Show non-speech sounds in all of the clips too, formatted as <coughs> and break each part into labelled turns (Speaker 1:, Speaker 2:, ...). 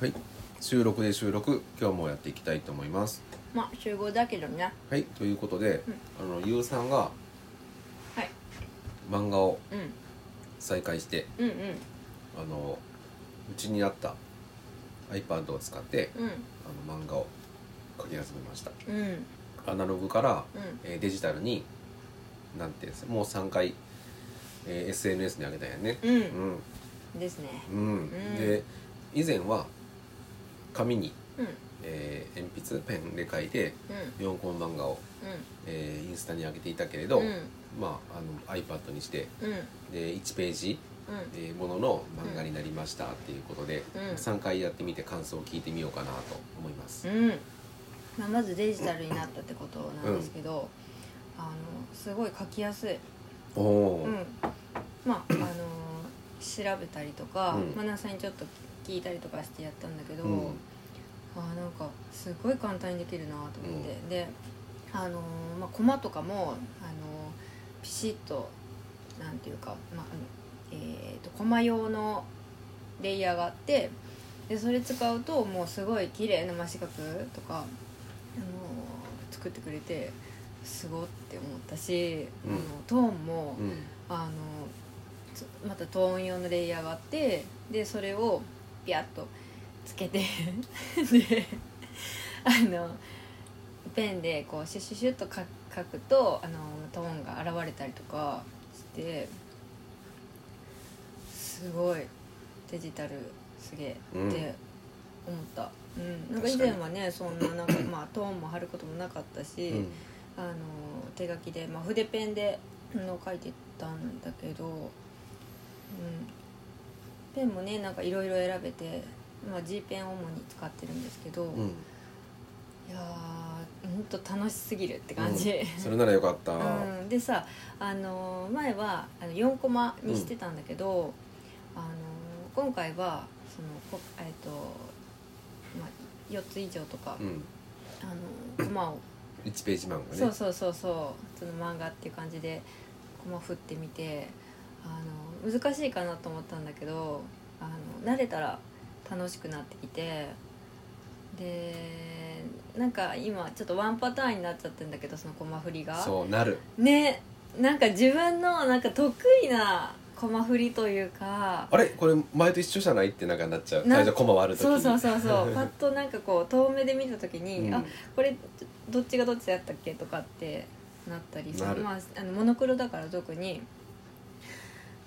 Speaker 1: はい収録で収録今日もやっていきたいと思います
Speaker 2: まあ集合だけどね
Speaker 1: はいということで、あのゆうさんが
Speaker 2: はい
Speaker 1: 漫画を
Speaker 2: うん
Speaker 1: 再開して
Speaker 2: うん
Speaker 1: あのうちにあった iPad を使って
Speaker 2: うん
Speaker 1: あの漫画を書き集めました
Speaker 2: うんうん
Speaker 1: アナログから、
Speaker 2: うん
Speaker 1: えーデジタルになんていうんですもう3回、えー SNS に上げたんやね
Speaker 2: うん
Speaker 1: うん
Speaker 2: ですね
Speaker 1: うん
Speaker 2: ん
Speaker 1: で以前は紙に、
Speaker 2: うん
Speaker 1: えー鉛筆ペンで書いて
Speaker 2: う
Speaker 1: 4コマ漫画を、
Speaker 2: ん
Speaker 1: えーインスタに上げていたけれど、
Speaker 2: うん
Speaker 1: まああの iPad にして
Speaker 2: うんうん
Speaker 1: で1ページえーものの漫画になりましたっていうことで、
Speaker 2: うん
Speaker 1: 3回やってみて感想を聞いてみようかなと思います。
Speaker 2: うん、まあ、まずデジタルになったってことなんですけど、あのすごい書きやすい、
Speaker 1: おお
Speaker 2: うん、まああの調べたりとか、
Speaker 1: うん
Speaker 2: まあ、ナさんにちょっと聞いたりとかしてやったんだけど、
Speaker 1: うん
Speaker 2: あーなんかすごい簡単にできるなと思って、であのーまあ、コマとかも、あのーピシッとなんていうか、まああのえー、とコマ用のレイヤーがあってでそれ使うともうすごい綺麗な真四角とか、あのー作ってくれてすごって思ったし、
Speaker 1: うん
Speaker 2: あのトーンも、
Speaker 1: うん
Speaker 2: あのつまたトーン用のレイヤーがあってでそれをピャッとつけて <laughs> であのペンでこうシュシュシュッとか書くとあのトーンが現れたりとかしてすごいデジタルすげえ
Speaker 1: うん
Speaker 2: って思った、うんなんか以
Speaker 1: 確かに
Speaker 2: 前はねそんななんか、まあ、トーンも貼ることもなかったし、
Speaker 1: うん
Speaker 2: あの手書きで、まあ、筆ペンであの書いてたんだけど、うん、ペンもねなんかいろいろ選べて、まあ、G ペンを主に使ってるんですけど、
Speaker 1: う
Speaker 2: い
Speaker 1: ん
Speaker 2: やーほんと楽しすぎるって感じ、
Speaker 1: うんそれならよかった、
Speaker 2: うん、でさ、あのー前はあの4コマにしてたんだけど、あのー今回はそのこ、えっとまあ、4つ以上とか、
Speaker 1: うん
Speaker 2: あのコマを
Speaker 1: 1ページ漫画ね
Speaker 2: そうそうそうそうその漫画っていう感じでコマ振ってみてあの難しいかなと思ったんだけどあの慣れたら楽しくなってきてでなんか今ちょっとワンパターンになっちゃってんだけどそのコマ振りが
Speaker 1: そうなる
Speaker 2: ねなんか自分のなんか得意なコマ振りというか
Speaker 1: あれこれ前と一緒じゃないってなんかなっちゃう
Speaker 2: な
Speaker 1: 最初コマ割る時
Speaker 2: そうそうそうそうパッとなんかこう遠目で見た時
Speaker 1: う
Speaker 2: に、
Speaker 1: ん
Speaker 2: あこれどっちがどっちだったっけとかってなったり
Speaker 1: な
Speaker 2: さ
Speaker 1: る
Speaker 2: まあ、あのモノクロだから特に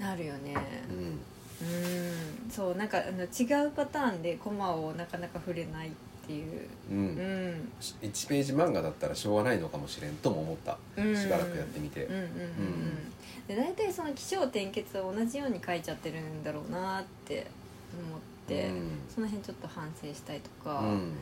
Speaker 2: なるよね
Speaker 1: うん
Speaker 2: うーんそうなんかあの違うパターンでコマをなかなか触れないっていう
Speaker 1: う
Speaker 2: うんん、
Speaker 1: 1ページ漫画だったらしょうがないのかもしれんとも思った
Speaker 2: うん、
Speaker 1: しばらくやってみて
Speaker 2: うんうんうんうんで大体その起承転結を同じように書いちゃってるんだろうなって思って、その辺ちょっと反省したりと
Speaker 1: う
Speaker 2: か、
Speaker 1: んうん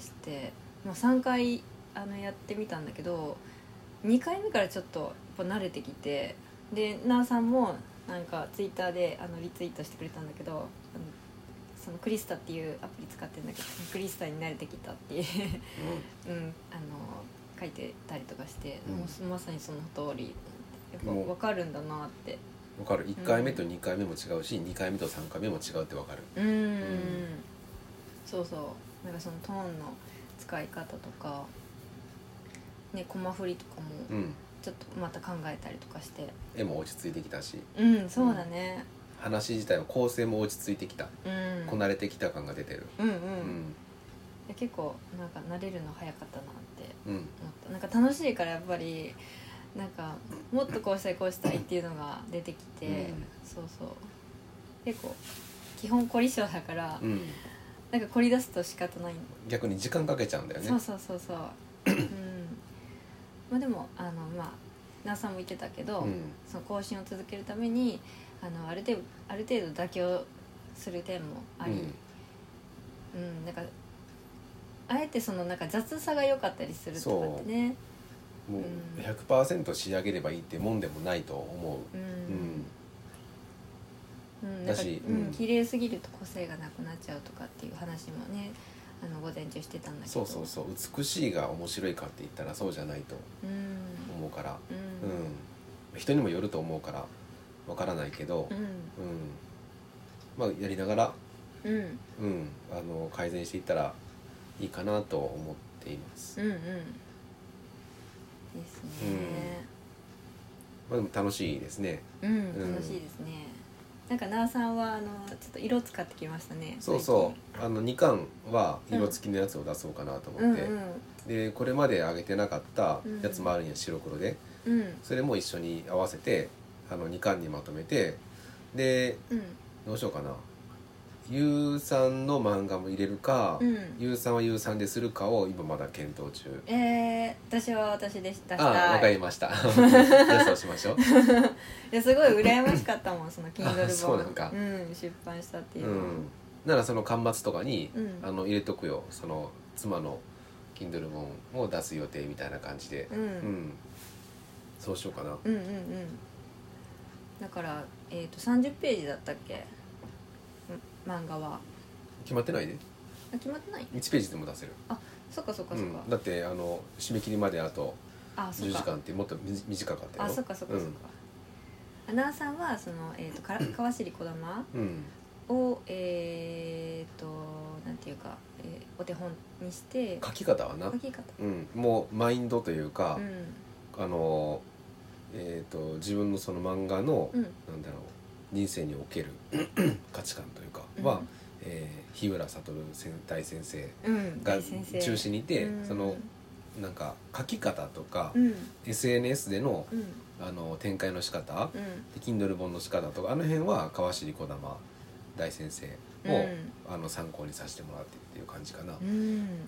Speaker 2: して、まあ、3回あのやってみたんだけど2回目からちょっとやっぱ慣れてきてでなあさんもなんかツイッターであのリツイートしてくれたんだけどあのそのクリスタっていうアプリ使ってるんだけどそのクリスタに慣れてきたっていう、 <laughs> うん、あの書いてたりとかして、
Speaker 1: うん
Speaker 2: もうまさにその通りやっぱ
Speaker 1: もう
Speaker 2: 分かるんだなって
Speaker 1: わかる1回目と2回目も違うし2回目と3回目も違うってわかる
Speaker 2: うーん、
Speaker 1: ん
Speaker 2: そうそうなんかそのトーンの使い方とかねコマ振りとかも
Speaker 1: うん
Speaker 2: ちょっとまた考えたりとかして
Speaker 1: 絵も落ち着いてきたし
Speaker 2: うんそうだね
Speaker 1: 話自体の構成も落ち着いてきた、
Speaker 2: うん
Speaker 1: こなれてきた感が出てる
Speaker 2: うんうん、
Speaker 1: うん
Speaker 2: で結構なんか慣れるの早かったなって
Speaker 1: うん
Speaker 2: 思ったなんか楽しいからやっぱりなんかもっとこうしたいこうしたいっていうのが出てきて、
Speaker 1: うん
Speaker 2: そうそう結構基本凝り性だから、
Speaker 1: うん
Speaker 2: なんか凝り出すと仕方ない
Speaker 1: 逆に時間かけちゃうんだよね
Speaker 2: そうそうそうそううんまあでもあのまあ那須さんも言ってたけど、
Speaker 1: うん
Speaker 2: その更新を続けるためにあのある程度ある程度妥協する点もあり、うんなんかあえてそのなんか雑さが良かったりするとかってね
Speaker 1: うん、もう
Speaker 2: うん
Speaker 1: 100%仕上げればいいってもんでもないと思
Speaker 2: う
Speaker 1: ううん
Speaker 2: ん、うん、なんか
Speaker 1: だし
Speaker 2: う
Speaker 1: うんん
Speaker 2: 綺麗すぎると個性がなくなっちゃうとかっていう話もねあの午前中してたんだけど
Speaker 1: そうそうそう美しいが面白いかって言ったらそうじゃないと
Speaker 2: うん
Speaker 1: 思うから
Speaker 2: う
Speaker 1: うん
Speaker 2: ん、
Speaker 1: 人にもよると思うからわからないけど
Speaker 2: うん
Speaker 1: うん、まあやりながら
Speaker 2: うんう
Speaker 1: う
Speaker 2: ん
Speaker 1: ん、あの改善していったらいいかなと思っています、
Speaker 2: うんですね
Speaker 1: まあ、でも楽しいですね
Speaker 2: うん、
Speaker 1: うん
Speaker 2: 楽しいですねなんかなあさんはあのちょっと色使ってきましたね
Speaker 1: そうそうあの2巻は色付きのやつを出そうかなと
Speaker 2: 最近
Speaker 1: 思って、でこれまで上げてなかったやつもあるんや白黒で
Speaker 2: うんうん
Speaker 1: それも一緒に合わせてあの2巻にまとめてで
Speaker 2: うん
Speaker 1: どうしようかなゆうさんの漫画も入れるか、
Speaker 2: うん、
Speaker 1: ゆうさんはゆうさんでするかを今まだ検討中
Speaker 2: うん、えー、私は私でした
Speaker 1: ああわか
Speaker 2: い
Speaker 1: りました <laughs> じゃあそうしま
Speaker 2: <laughs>
Speaker 1: しょう
Speaker 2: いやすごい羨ましかったも
Speaker 1: <laughs>
Speaker 2: んその Kindle
Speaker 1: あ
Speaker 2: 本
Speaker 1: そうなんか
Speaker 2: うん、出版したっていううのは
Speaker 1: ん、ならその巻末とかに、
Speaker 2: うん
Speaker 1: あの入れとくよその妻の Kindle 本を出す予定みたいな感じで、
Speaker 2: うん
Speaker 1: うんそうしようかな
Speaker 2: うんうんうんだから、えー、と30ページだったっけん漫画は
Speaker 1: 決まってないで
Speaker 2: あ決まってない
Speaker 1: 1ページでも出せる、
Speaker 2: そっかそっか
Speaker 1: う
Speaker 2: そっか、
Speaker 1: ん、だってあの締め切りまであと
Speaker 2: あそっ
Speaker 1: 10時
Speaker 2: か
Speaker 1: 間ってもっとみじ短かったよ
Speaker 2: あそっかそっかそっか、アナウンサーはその、えー、とから川尻児玉
Speaker 1: うん、うん
Speaker 2: をえっ、となんていうか、えーお手本にして
Speaker 1: 書き方はな
Speaker 2: 書、き方
Speaker 1: うん、もうマインドというか
Speaker 2: う、ん
Speaker 1: あのえっ、と自分のその漫画の、
Speaker 2: うん
Speaker 1: なんだろう人生における <clears throat> 価値観というか
Speaker 2: うん
Speaker 1: は、えー日浦悟先大先生
Speaker 2: うん
Speaker 1: が
Speaker 2: 大先生
Speaker 1: 中心にいて、
Speaker 2: うん
Speaker 1: そのなんか書き方とか、
Speaker 2: うんうん
Speaker 1: SNS での
Speaker 2: うん
Speaker 1: あの展開の仕方、で Kindle 本の仕方とかあの辺は川尻児玉大先生
Speaker 2: う
Speaker 1: を、
Speaker 2: ん
Speaker 1: あの参考にさせてもらってっていう感じかな。
Speaker 2: うん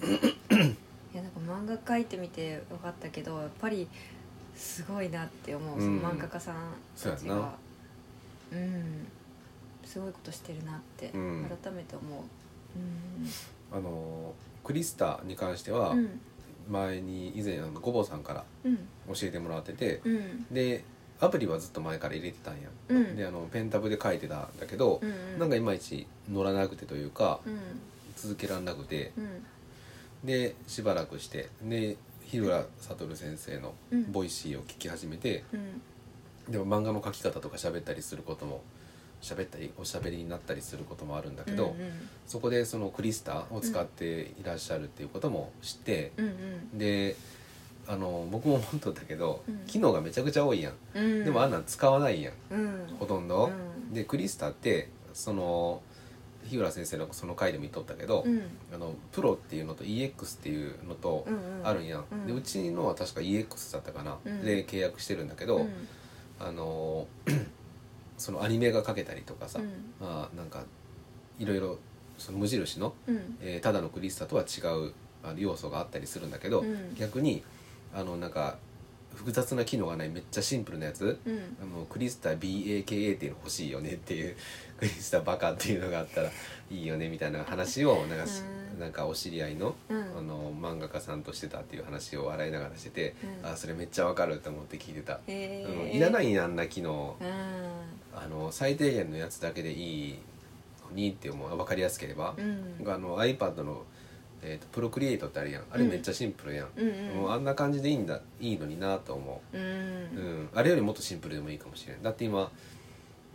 Speaker 2: いやなんか漫画描いてみて分かったけどやっぱりすごいなって思
Speaker 1: う
Speaker 2: う、
Speaker 1: ん
Speaker 2: その漫画家さんたち
Speaker 1: そうやな
Speaker 2: がうんすごいことしてるなって改
Speaker 1: うん
Speaker 2: めて思ううん
Speaker 1: あのクリスタに関しては、
Speaker 2: うん
Speaker 1: 前に以前あのごぼうさんから
Speaker 2: うん
Speaker 1: 教えてもらってて、
Speaker 2: うん
Speaker 1: でアプリはずっと前から入れてたんや、
Speaker 2: うん
Speaker 1: であのペンタブで書いてたんだけど、
Speaker 2: うん
Speaker 1: なんかいまいち乗らなくてというか、
Speaker 2: うん
Speaker 1: 続けられなくて
Speaker 2: うん
Speaker 1: でしばらくしてで日浦悟先生の
Speaker 2: うん
Speaker 1: ボイシーを聞き始めて、
Speaker 2: うん
Speaker 1: でも漫画の書き方とか喋ったりすることも喋ったりおしゃべりになったりすることもあるんだけど、
Speaker 2: うんうん
Speaker 1: そこでそのクリスタを使っていらっしゃるっていうことも知って、
Speaker 2: うん
Speaker 1: であの僕も思っとったけど、
Speaker 2: うん
Speaker 1: 機能がめちゃくちゃ多いやん、
Speaker 2: うんうん
Speaker 1: でもあんなん使わないやん
Speaker 2: うん
Speaker 1: ほとん
Speaker 2: う
Speaker 1: ど、
Speaker 2: ん
Speaker 1: でクリスタってその日浦先生のその回でも言っとったけど、
Speaker 2: うん
Speaker 1: あのプロっていうのと EX っていうのと
Speaker 2: うんうん
Speaker 1: あるんや、
Speaker 2: うん
Speaker 1: でうちのは確か EX だったかな、
Speaker 2: うん
Speaker 1: で契約してるんだけど、
Speaker 2: うん
Speaker 1: あの <clears throat> そのアニメが描けたりとかさ、
Speaker 2: うん
Speaker 1: まあなんかいろいろその無印の、
Speaker 2: うん
Speaker 1: えーただのクリスタとは違うあの要素があったりするんだけど、
Speaker 2: うん
Speaker 1: 逆にあのなんか複雑な機能がないめっちゃシンプルなやつ、
Speaker 2: うん
Speaker 1: あのクリスタ BAKA っていうの欲しいよねっていう <laughs> クリスタバカっていうのがあったらいいよねみたいな話をなんかし
Speaker 2: うん
Speaker 1: なんかお知り合いの
Speaker 2: うん
Speaker 1: あの漫画家さんとしてたっていう話を笑いながらしてて、
Speaker 2: うん
Speaker 1: あそれめっちゃわかると思って聞いてた、
Speaker 2: へー
Speaker 1: うんいらないねあんな機能
Speaker 2: うん
Speaker 1: あの最低限のやつだけでいいのにって思う分かりやすければ
Speaker 2: う、ん
Speaker 1: あの iPad の、えー、とプロクリエイトってあるやんあれめっちゃシンプルやん、
Speaker 2: うん
Speaker 1: もうあんな感じでいいんだいいのになと思う
Speaker 2: うんうん
Speaker 1: うん、あれよりもっとシンプルでもいいかもしれないだって今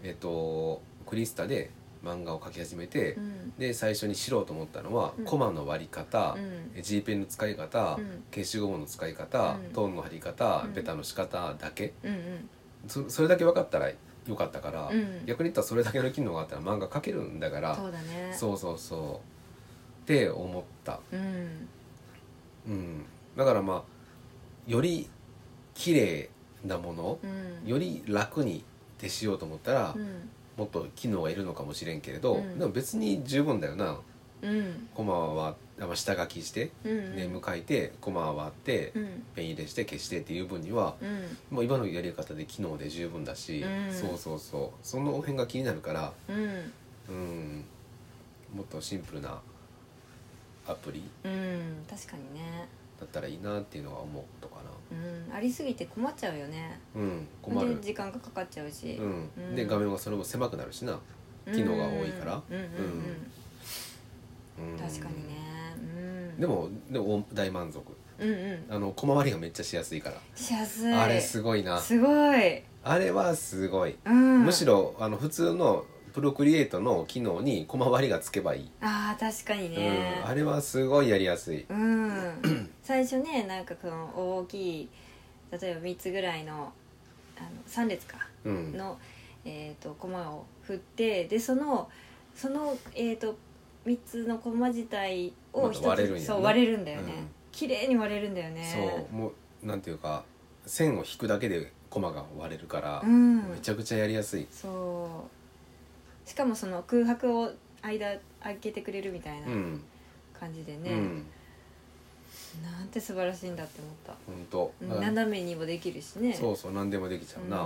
Speaker 1: えっ、とクリスタで漫画を描き始めて、
Speaker 2: うん
Speaker 1: で最初に知ろうと思ったのは、
Speaker 2: うん
Speaker 1: コマの割り方、
Speaker 2: うん
Speaker 1: え G ペンの使い方、
Speaker 2: うん
Speaker 1: 消しゴムの使い方、
Speaker 2: うん
Speaker 1: トーンの貼り方、
Speaker 2: うん
Speaker 1: ベタの仕方だけ
Speaker 2: うんうん
Speaker 1: そそれだけ分かったらよかったから、
Speaker 2: うん
Speaker 1: 逆に言ったらそれだけの機能があったら漫画描けるんだから
Speaker 2: そうだね
Speaker 1: そうそうそうって思った、
Speaker 2: うん
Speaker 1: うん、だからまあより綺麗なもの、
Speaker 2: うん
Speaker 1: より楽に徹しようと思ったら、
Speaker 2: うん
Speaker 1: もっと機能がいるのかもしれんけれど、
Speaker 2: うん
Speaker 1: でも別に十分だよな
Speaker 2: うん
Speaker 1: コマはあまあ下書きして
Speaker 2: うんうん
Speaker 1: ネーム書いてコマは割って、
Speaker 2: うん
Speaker 1: ペン入れして消してっていう分には
Speaker 2: うん
Speaker 1: もう今のやり方で機能で十分だし、
Speaker 2: うん
Speaker 1: そうそうそうその辺が気になるから
Speaker 2: うん
Speaker 1: うんもっとシンプルなアプリ
Speaker 2: うん確かにね
Speaker 1: だったらいいなっていうのが思うとか
Speaker 2: うんありすぎて困っちゃうよね
Speaker 1: なうん困る
Speaker 2: で時間がかかっちゃうし
Speaker 1: うん
Speaker 2: うん
Speaker 1: で画面はその分狭くなるしな機能が多いから
Speaker 2: うんうんうん
Speaker 1: うん
Speaker 2: うん確かにねうん
Speaker 1: でもでも大満足
Speaker 2: うんうん
Speaker 1: あの小回りがめっちゃしやすいか
Speaker 2: しやすい
Speaker 1: らあれすごいな
Speaker 2: すごい
Speaker 1: あれはすごい
Speaker 2: うん
Speaker 1: むしろあの普通のプロクリエイトの機能にコマ割りがつけばいい、
Speaker 2: あー確かにね
Speaker 1: うん、あれはすごいやりやすい
Speaker 2: うん、最初ねなんかこの大きい例えば3つぐらいのあの3列か
Speaker 1: うん
Speaker 2: の、えー、と駒を振ってでそのその、えー、と3つの駒自体を
Speaker 1: また割れるん
Speaker 2: 一
Speaker 1: や
Speaker 2: つ
Speaker 1: な
Speaker 2: そう割れるんだよね
Speaker 1: うん
Speaker 2: 綺麗に割れるんだよね
Speaker 1: そうもうなんていうか線を引くだけでコマが割れるから、
Speaker 2: ん
Speaker 1: めちゃくちゃやりやすい
Speaker 2: そうしかもその空白を間空けてくれるみたいな
Speaker 1: うん、
Speaker 2: 感じで
Speaker 1: う
Speaker 2: ね、
Speaker 1: ん
Speaker 2: なんて素晴らしいんだって思った
Speaker 1: ほんと
Speaker 2: うん
Speaker 1: だから
Speaker 2: 斜めにもできるしね
Speaker 1: そうそう何でもできちゃうな、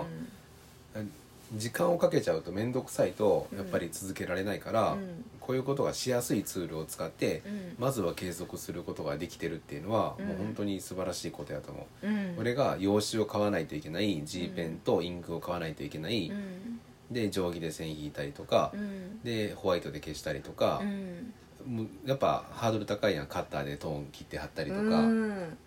Speaker 2: ん
Speaker 1: 時間をかけちゃうと面倒くさいとやっぱり続けられないから、
Speaker 2: うん
Speaker 1: こういうことがしやすいツールを使って
Speaker 2: うん
Speaker 1: まずは継続することができてるっていうのは、
Speaker 2: うん
Speaker 1: もう本当に素晴らしいことやと思う、
Speaker 2: うん、
Speaker 1: 俺が用紙を買わないといけない G ペンとインクを買わないといけない、
Speaker 2: うん
Speaker 1: で定規で線引いたりとか、
Speaker 2: うん
Speaker 1: でホワイトで消したりとか
Speaker 2: う、ん
Speaker 1: もうやっぱハードル高いやんカッターでトーン切って貼ったりとか、
Speaker 2: うん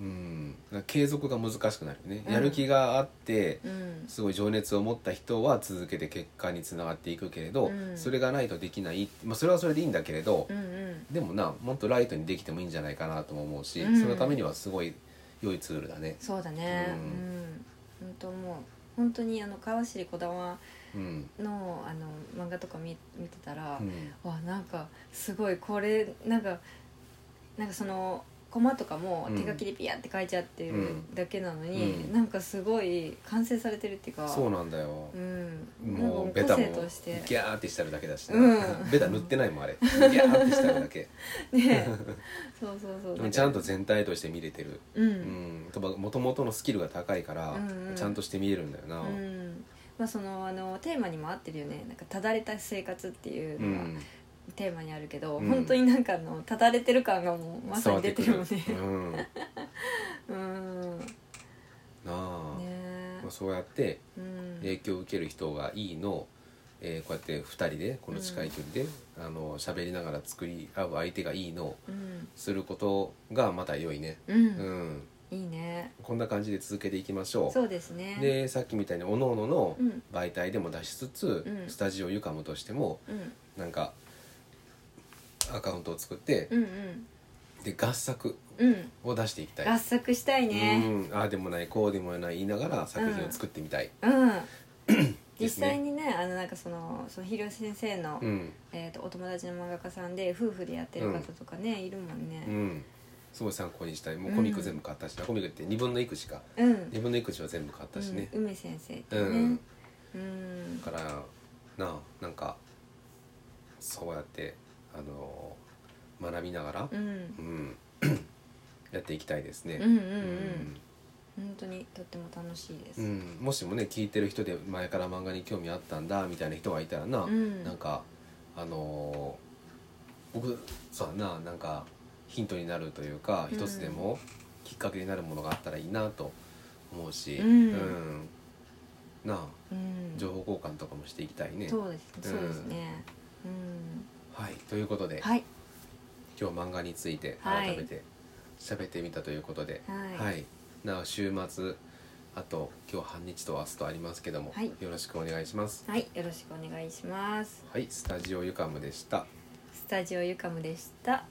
Speaker 1: うんだから継続が難しくなるよね、
Speaker 2: うん
Speaker 1: やる気があって
Speaker 2: うん
Speaker 1: すごい情熱を持った人は続けて結果につながっていくけれど、
Speaker 2: うん
Speaker 1: それがないとできない、まあ、それはそれでいいんだけれど
Speaker 2: う、ん
Speaker 1: でもなもっとライトにできてもいいんじゃないかなとも思うし、
Speaker 2: うん
Speaker 1: そのためにはすごい良いツールだね。
Speaker 2: そうだねう
Speaker 1: うん
Speaker 2: ん本当もう本当にあの川尻児玉
Speaker 1: うん
Speaker 2: のあの漫画とか見見てたら
Speaker 1: う、ん
Speaker 2: わなんかすごいこれなんかなんかそのコマとかも
Speaker 1: うん
Speaker 2: 手書きでピヤって書いちゃって
Speaker 1: う
Speaker 2: る
Speaker 1: ん
Speaker 2: だけなのに、
Speaker 1: うん
Speaker 2: なんかすごい完成されてるっていうか
Speaker 1: そうなんだよ、
Speaker 2: うん、なんか
Speaker 1: もうベ
Speaker 2: 個
Speaker 1: タも
Speaker 2: 性として
Speaker 1: ギャーってしてるだけだしな、
Speaker 2: うん
Speaker 1: ベタ塗ってないもんあれギャーってしてるだけ <laughs>
Speaker 2: ねそうそうそう
Speaker 1: でもちゃんと全体として見れてる
Speaker 2: うん、
Speaker 1: もともとのスキルが高いから、
Speaker 2: うんうん
Speaker 1: ちゃんとして見えるんだよな、
Speaker 2: うんまあ、そのあのテーマにも合ってるよねなんかただれた生活っていう
Speaker 1: う
Speaker 2: のが
Speaker 1: ん
Speaker 2: テーマにあるけど、
Speaker 1: うん
Speaker 2: 本当になんかあのただれてる感がもうまさに出てるもんね
Speaker 1: 伝わってくるうん、な
Speaker 2: <laughs> うんね
Speaker 1: あ、
Speaker 2: え
Speaker 1: まあ、そうやって
Speaker 2: うん
Speaker 1: 影響を受ける人がいいの、えーこうやって2人でこの近い距離で、あの喋りながら作り合う相手がいいの
Speaker 2: うん
Speaker 1: することがまた良いね、
Speaker 2: う、
Speaker 1: うんん、
Speaker 2: いいね
Speaker 1: こんな感じで続けていきましょう
Speaker 2: そうですね
Speaker 1: でさっきみたいに各々の
Speaker 2: うん
Speaker 1: 媒体でも出しつつ、
Speaker 2: うん
Speaker 1: スタジオユカムとしても
Speaker 2: うん
Speaker 1: なんかアカウントを作って、
Speaker 2: うんうん
Speaker 1: で合作
Speaker 2: うん
Speaker 1: を出していきたい
Speaker 2: 合作したいね
Speaker 1: うんああでもないこうでもない言いながら作品を作ってみたい、
Speaker 2: うん、
Speaker 1: <coughs> で
Speaker 2: 実
Speaker 1: すね
Speaker 2: 際にねあのなんかそのそのひろし先生の、
Speaker 1: うん
Speaker 2: えー、とお友達の漫画家さんで夫婦でやってる方とかね、いるもんね
Speaker 1: うんすごい参考にしたいもうコミック全部買ったしな、コミックって2分のいくしか
Speaker 2: うん
Speaker 1: 2分のいくしは全部買ったしね、
Speaker 2: うん、梅先生って
Speaker 1: うん
Speaker 2: ねうん
Speaker 1: だからなあなんかそうやってあのー学びながら
Speaker 2: う、
Speaker 1: う
Speaker 2: ん
Speaker 1: ん <coughs> やっていきたいですね、
Speaker 2: うんうんうん
Speaker 1: うん
Speaker 2: 本当にとっても楽しいです
Speaker 1: うんもしもね聞いてる人で前から漫画に興味あったんだみたいな人がいたらな、
Speaker 2: ん
Speaker 1: なんかあのー僕そうだななんかヒントになるというか
Speaker 2: うん
Speaker 1: 一つでもきっかけになるものがあったらいいなと思うし、
Speaker 2: うん
Speaker 1: んなあ
Speaker 2: うん
Speaker 1: 情報交換とかもしていきたいね。
Speaker 2: そうですね
Speaker 1: うん
Speaker 2: そうですねうん
Speaker 1: はい、ということで、
Speaker 2: はい
Speaker 1: 今日漫画について
Speaker 2: はい
Speaker 1: 改めて喋ってみたということで、
Speaker 2: はい
Speaker 1: なあ週末あと今日半日と明日とありますけども、
Speaker 2: はい
Speaker 1: よろしくお願いします。
Speaker 2: はいよろしくお願いします
Speaker 1: はい、スタジオゆかむでした。
Speaker 2: スタジオゆかむでした